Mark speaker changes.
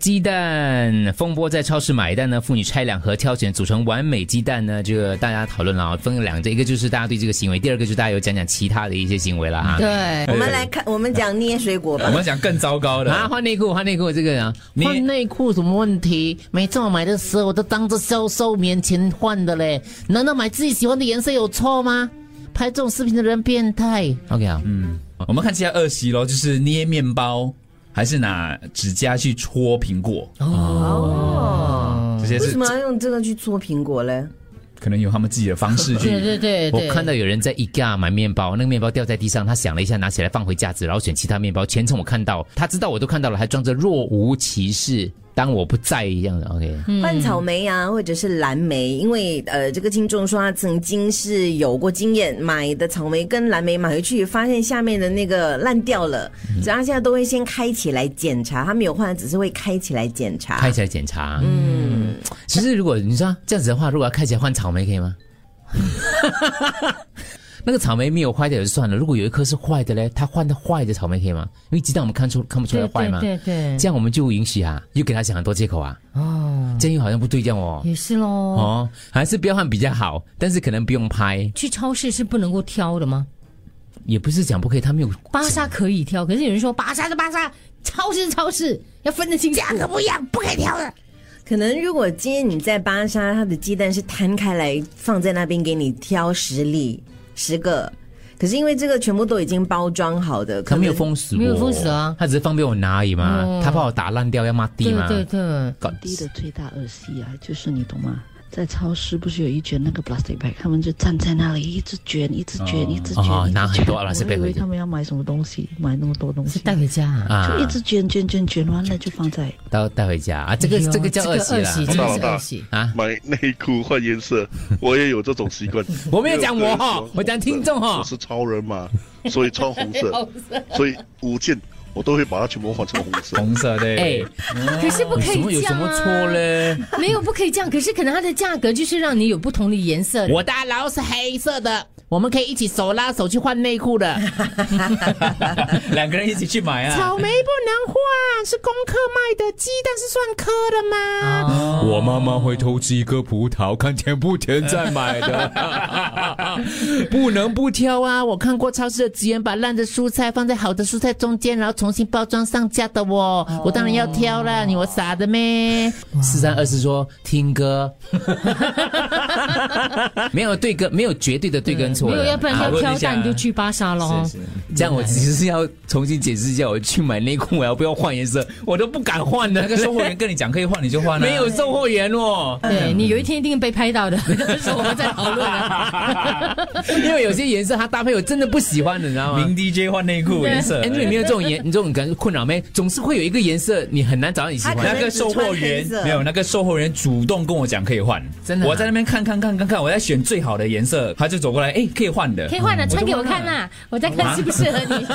Speaker 1: 鸡蛋风波在超市买蛋呢，妇女拆两盒挑选组成完美鸡蛋呢，这个大家讨论了啊，分两个，一个就是大家对这个行为，第二个就是大家有讲讲其他的一些行为了
Speaker 2: 啊
Speaker 1: 啊哈。
Speaker 2: 对，
Speaker 3: 我们来看，我们讲捏水果
Speaker 4: 我
Speaker 3: 吧。
Speaker 4: 们讲更糟糕的
Speaker 1: 啊，换内裤，换内裤，这个啊，
Speaker 4: 你
Speaker 2: 换内裤什么问题？每次我买的时候，我都当着销售面前换的嘞。难道买自己喜欢的颜色有错吗？拍这种视频的人变态。
Speaker 1: OK 啊，嗯，
Speaker 4: 我们看其他恶习咯，就是捏面包，还是拿指甲去戳苹果，
Speaker 3: 哦，
Speaker 4: 这些
Speaker 3: 为
Speaker 4: 是
Speaker 3: 什么要用这个去搓苹果嘞？嗯
Speaker 4: 可能有他们自己的方式
Speaker 2: 对
Speaker 4: 去。
Speaker 2: 对对对，
Speaker 1: 我看到有人在 IKEA 买面包，啊那个面包掉在地上，他想了一下，拿起来放回架子，然后选其他面包。全程我看到，他知道我都看到了，还装着若无其事，当我不在一样的。OK，
Speaker 3: 换草莓啊，或者是蓝莓，因为呃，这个听众说他曾经是有过经验，买的草莓跟蓝莓买回去，发现下面的那个烂掉了，所以他现在都会先开起来检查，他没有换，只是会开起来检查
Speaker 1: 开。起来检查。嗯，其实如果你说这样子的话，如果要开起来换草莓可以吗？ 那个草莓没有坏掉也就算了，如果有一颗是坏的嘞，他换的坏的草莓可以吗？因为鸡蛋我们看出看不出来坏嘛，
Speaker 2: 对对
Speaker 1: 这样我们就允许啊，又给他想很多借口啊，
Speaker 2: 哦，
Speaker 1: 这样又好像不对这样哦。
Speaker 2: 也是喽。
Speaker 1: 哦，还是不要换比较好，但是可能不用拍，
Speaker 2: 去超市是不能够挑的吗？
Speaker 1: 也不是讲不可以，他没有
Speaker 2: 巴莎可以挑，可是有人说巴莎是巴莎，超市是超市，要分得清楚。价格不一样，不可以挑的。
Speaker 3: 可能如果今天你在巴莎，它的鸡蛋是摊开来放在那边给你挑十粒十个，可是因为这个全部都已经包装好的，可
Speaker 1: 他
Speaker 3: 能
Speaker 1: 没有封死我，
Speaker 2: 没有封死啊哦
Speaker 1: 他只是方便我拿而已嘛，他怕我打烂掉要骂地嘛。
Speaker 2: 对对，
Speaker 1: 搞
Speaker 5: 低的最大恶习啊，就是你懂吗？在超市不是有一卷那个 plastic bag，他们就站在那里一直卷，一直卷，一直卷，
Speaker 1: 哦
Speaker 5: 一直
Speaker 1: 拿很
Speaker 5: 卷
Speaker 1: 多 plastic
Speaker 5: 我
Speaker 1: bag
Speaker 5: 以
Speaker 1: 回
Speaker 5: 为
Speaker 1: 去
Speaker 5: 他们要买什么东西，买那么多东
Speaker 2: 是
Speaker 5: 西，
Speaker 2: 带回家啊。
Speaker 1: 啊
Speaker 5: 就一直卷卷卷卷完了就放在。
Speaker 1: 带带回家啊，这个
Speaker 2: 哎呦
Speaker 1: 这个叫恶习
Speaker 2: 这个
Speaker 1: 啦。
Speaker 2: 真的
Speaker 6: 老
Speaker 2: 是
Speaker 6: 大
Speaker 2: 恶习。
Speaker 1: 啊！
Speaker 6: 买内裤换 颜色，我也有这种习惯。
Speaker 1: 我没有讲我哈
Speaker 6: 因为人喜欢红色
Speaker 1: 我讲听众哈
Speaker 6: 我是超人嘛，所以穿红 色，所以五件我都会把它全部换成红色。
Speaker 4: 红色对，
Speaker 1: 哎，
Speaker 2: 可是不可
Speaker 1: 什么
Speaker 2: 以
Speaker 1: 有
Speaker 2: 这
Speaker 1: 什
Speaker 2: 样
Speaker 1: 么
Speaker 2: 啊！
Speaker 1: 错嘞？
Speaker 2: 没有不可以这样，可是可能它的价格就是让你有不同的颜色。
Speaker 1: 我的老是黑色的，我们可以一起手拉手去换内裤的。
Speaker 4: 两个人一起去买啊。
Speaker 1: 莓不能换，是公克卖的，鸡蛋是算颗的吗？
Speaker 4: 哦
Speaker 7: 我妈妈会偷吃一颗葡萄，看甜不甜再买的。
Speaker 1: 不能不挑啊！我看过超市的职员把烂的蔬菜放在好的蔬菜中间，然后重新包装上架的哦。我当然要挑啦，你我傻的咩？四三二四说听 歌，没有对跟，没有绝对的对跟错
Speaker 2: 没
Speaker 1: 的。
Speaker 2: 有，要不然
Speaker 1: 啊
Speaker 2: 要
Speaker 4: 讨论
Speaker 2: 挑
Speaker 4: 一下
Speaker 2: 蛋就去巴莎喽。
Speaker 4: 是是
Speaker 1: 这样我其实是要重新解释一下，我去买内裤我要不要换颜 色，我都不敢换的。
Speaker 4: 那个售货员跟你讲可以换你就换啊，
Speaker 1: 没有售货员 哦。
Speaker 2: 对你有一天一定被拍到的， 到时候我们再讨 论啊。
Speaker 1: 因为有些颜色它搭配我真的不喜欢的，你知道吗
Speaker 4: 名 DJ 换内裤颜色。
Speaker 1: ？Andrew 有没有这种颜，你这种感觉困扰没？总是会有一个颜色你很难找到你喜欢
Speaker 3: 他可
Speaker 1: 的
Speaker 4: 那
Speaker 3: 能。
Speaker 4: 个售货员
Speaker 3: 只穿黑色
Speaker 4: 没有，那个售货员主动跟我讲可以换，
Speaker 1: 真的啊
Speaker 4: 我在那边看看看看看，我在选最好的颜色，他就走过来，哎，可以换的，
Speaker 2: 可以换了，
Speaker 4: 就
Speaker 2: 穿给我看呐、我再看适不适合你。